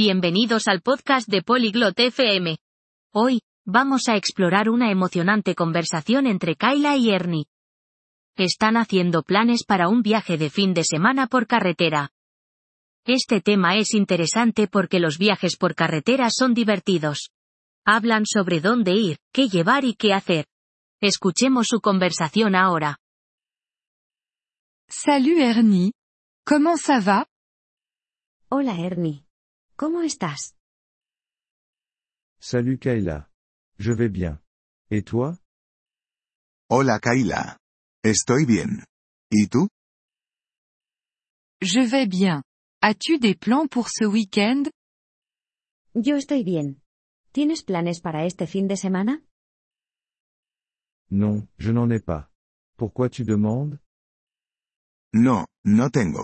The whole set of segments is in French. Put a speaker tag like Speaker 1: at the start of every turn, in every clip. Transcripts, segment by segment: Speaker 1: Bienvenidos al podcast de Polyglot FM. Hoy, vamos a explorar una emocionante conversación entre Kyla y Ernie. Están haciendo planes para un viaje de fin de semana por carretera. Este tema es interesante porque los viajes por carretera son divertidos. Hablan sobre dónde ir, qué llevar y qué hacer. Escuchemos su conversación ahora.
Speaker 2: Salut Ernie. Comment ça va?
Speaker 3: Hola Ernie. ¿Cómo estás?
Speaker 4: Salut Kayla. Je vais bien. Et toi?
Speaker 5: Hola Kayla. Estoy bien. ¿Y tú?
Speaker 2: Je vais bien. As-tu des plans pour ce week-end?
Speaker 3: Yo estoy bien. ¿Tienes planes para este fin de semana?
Speaker 4: Non, je n'en ai pas. Pourquoi tu demandes?
Speaker 5: No, no tengo.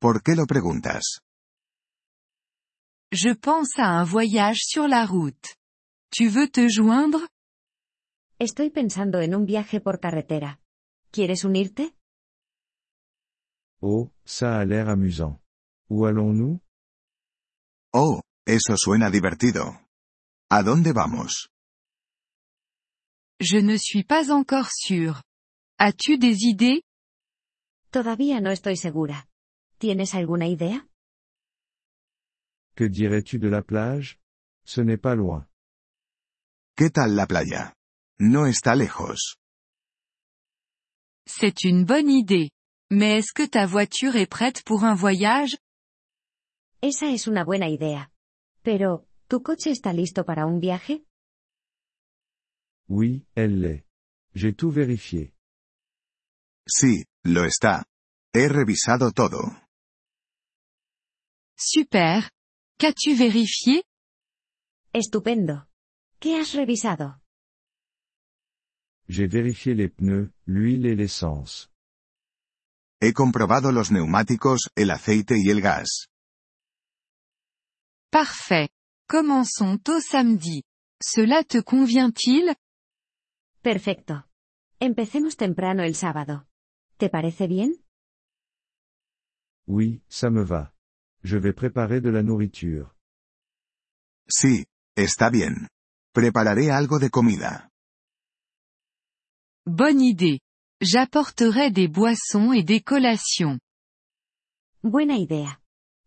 Speaker 5: ¿Por qué lo preguntas?
Speaker 2: Je pense à un voyage sur la route. Tu veux te joindre?
Speaker 3: Estoy pensando en un viaje por carretera. ¿Quieres unirte?
Speaker 4: Oh, ça a l'air amusant. Où allons-nous?
Speaker 5: Oh, eso suena divertido. ¿A dónde vamos?
Speaker 2: Je ne suis pas encore sûre. As-tu des idées?
Speaker 3: Todavía no estoy segura. ¿Tienes alguna idea?
Speaker 4: Que dirais-tu de la plage? Ce n'est pas loin.
Speaker 5: ¿Qué tal la playa? No está lejos.
Speaker 2: C'est une bonne idée. Mais est-ce que ta voiture est prête pour un voyage?
Speaker 3: Esa es una buena idea. Pero, ¿tu coche está listo para un viaje?
Speaker 4: Oui, elle l'est. J'ai tout vérifié.
Speaker 5: Sí, lo está. He revisado todo.
Speaker 2: Super. Qu'as-tu vérifié?
Speaker 3: Estupendo. ¿Qué has revisado?
Speaker 4: J'ai vérifié les pneus, l'huile et l'essence.
Speaker 5: He comprobado los neumáticos, el aceite y el gas.
Speaker 2: Parfait. Commençons au samedi. Cela te convient-il?
Speaker 3: Perfecto. Empecemos temprano el sábado. ¿Te parece bien?
Speaker 4: Oui, ça me va. Je vais préparer de la nourriture.
Speaker 5: Sí, está bien. Prepararé algo de comida.
Speaker 2: Bonne idée. J'apporterai des boissons et des collations.
Speaker 3: Buena idea.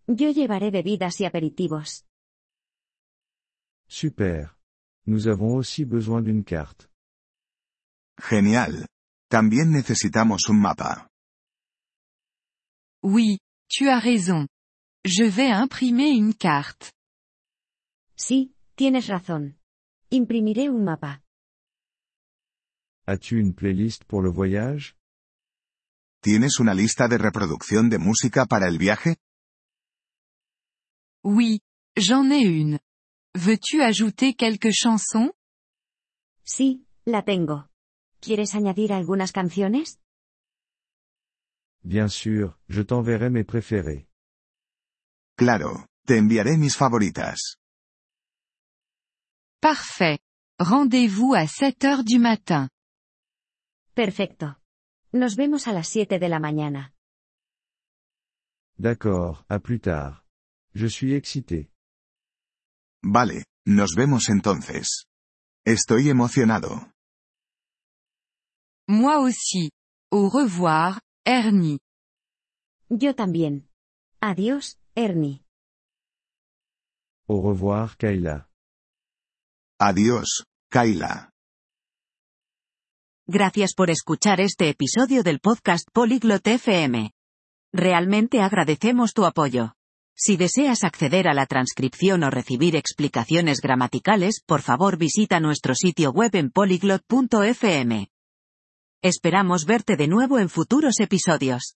Speaker 3: Yo llevaré bebidas y aperitivos.
Speaker 4: Super. Nous avons aussi besoin d'une carte.
Speaker 5: Genial. También necesitamos un mapa.
Speaker 2: Oui, tu as raison. Je vais imprimer une carte.
Speaker 3: Sí, tienes razón. Imprimiré un mapa.
Speaker 4: As-tu une playlist pour le voyage?
Speaker 5: ¿Tienes una lista de reproducción de música para el viaje?
Speaker 2: Oui, j'en ai une. Veux-tu ajouter quelques chansons?
Speaker 3: Sí, la tengo. ¿Quieres añadir algunas canciones?
Speaker 4: Bien sûr, je t'enverrai mes préférés.
Speaker 5: Claro, te enviaré mis favoritas.
Speaker 2: Parfait. Rendez-vous à 7 heures du matin.
Speaker 3: Perfecto. Nos vemos a las 7 de la mañana.
Speaker 4: D'accord, à plus tard. Je suis excité.
Speaker 5: Vale, nos vemos entonces. Estoy emocionado.
Speaker 2: Moi aussi. Au revoir, Ernie.
Speaker 3: Yo también. Adiós, Ernie.
Speaker 4: Au revoir, Kayla.
Speaker 5: Adiós, Kayla.
Speaker 6: Gracias por escuchar este episodio del podcast Polyglot FM. Realmente agradecemos tu apoyo. Si deseas acceder a la transcripción o recibir explicaciones gramaticales, por favor visita nuestro sitio web en polyglot.fm. Esperamos verte de nuevo en futuros episodios.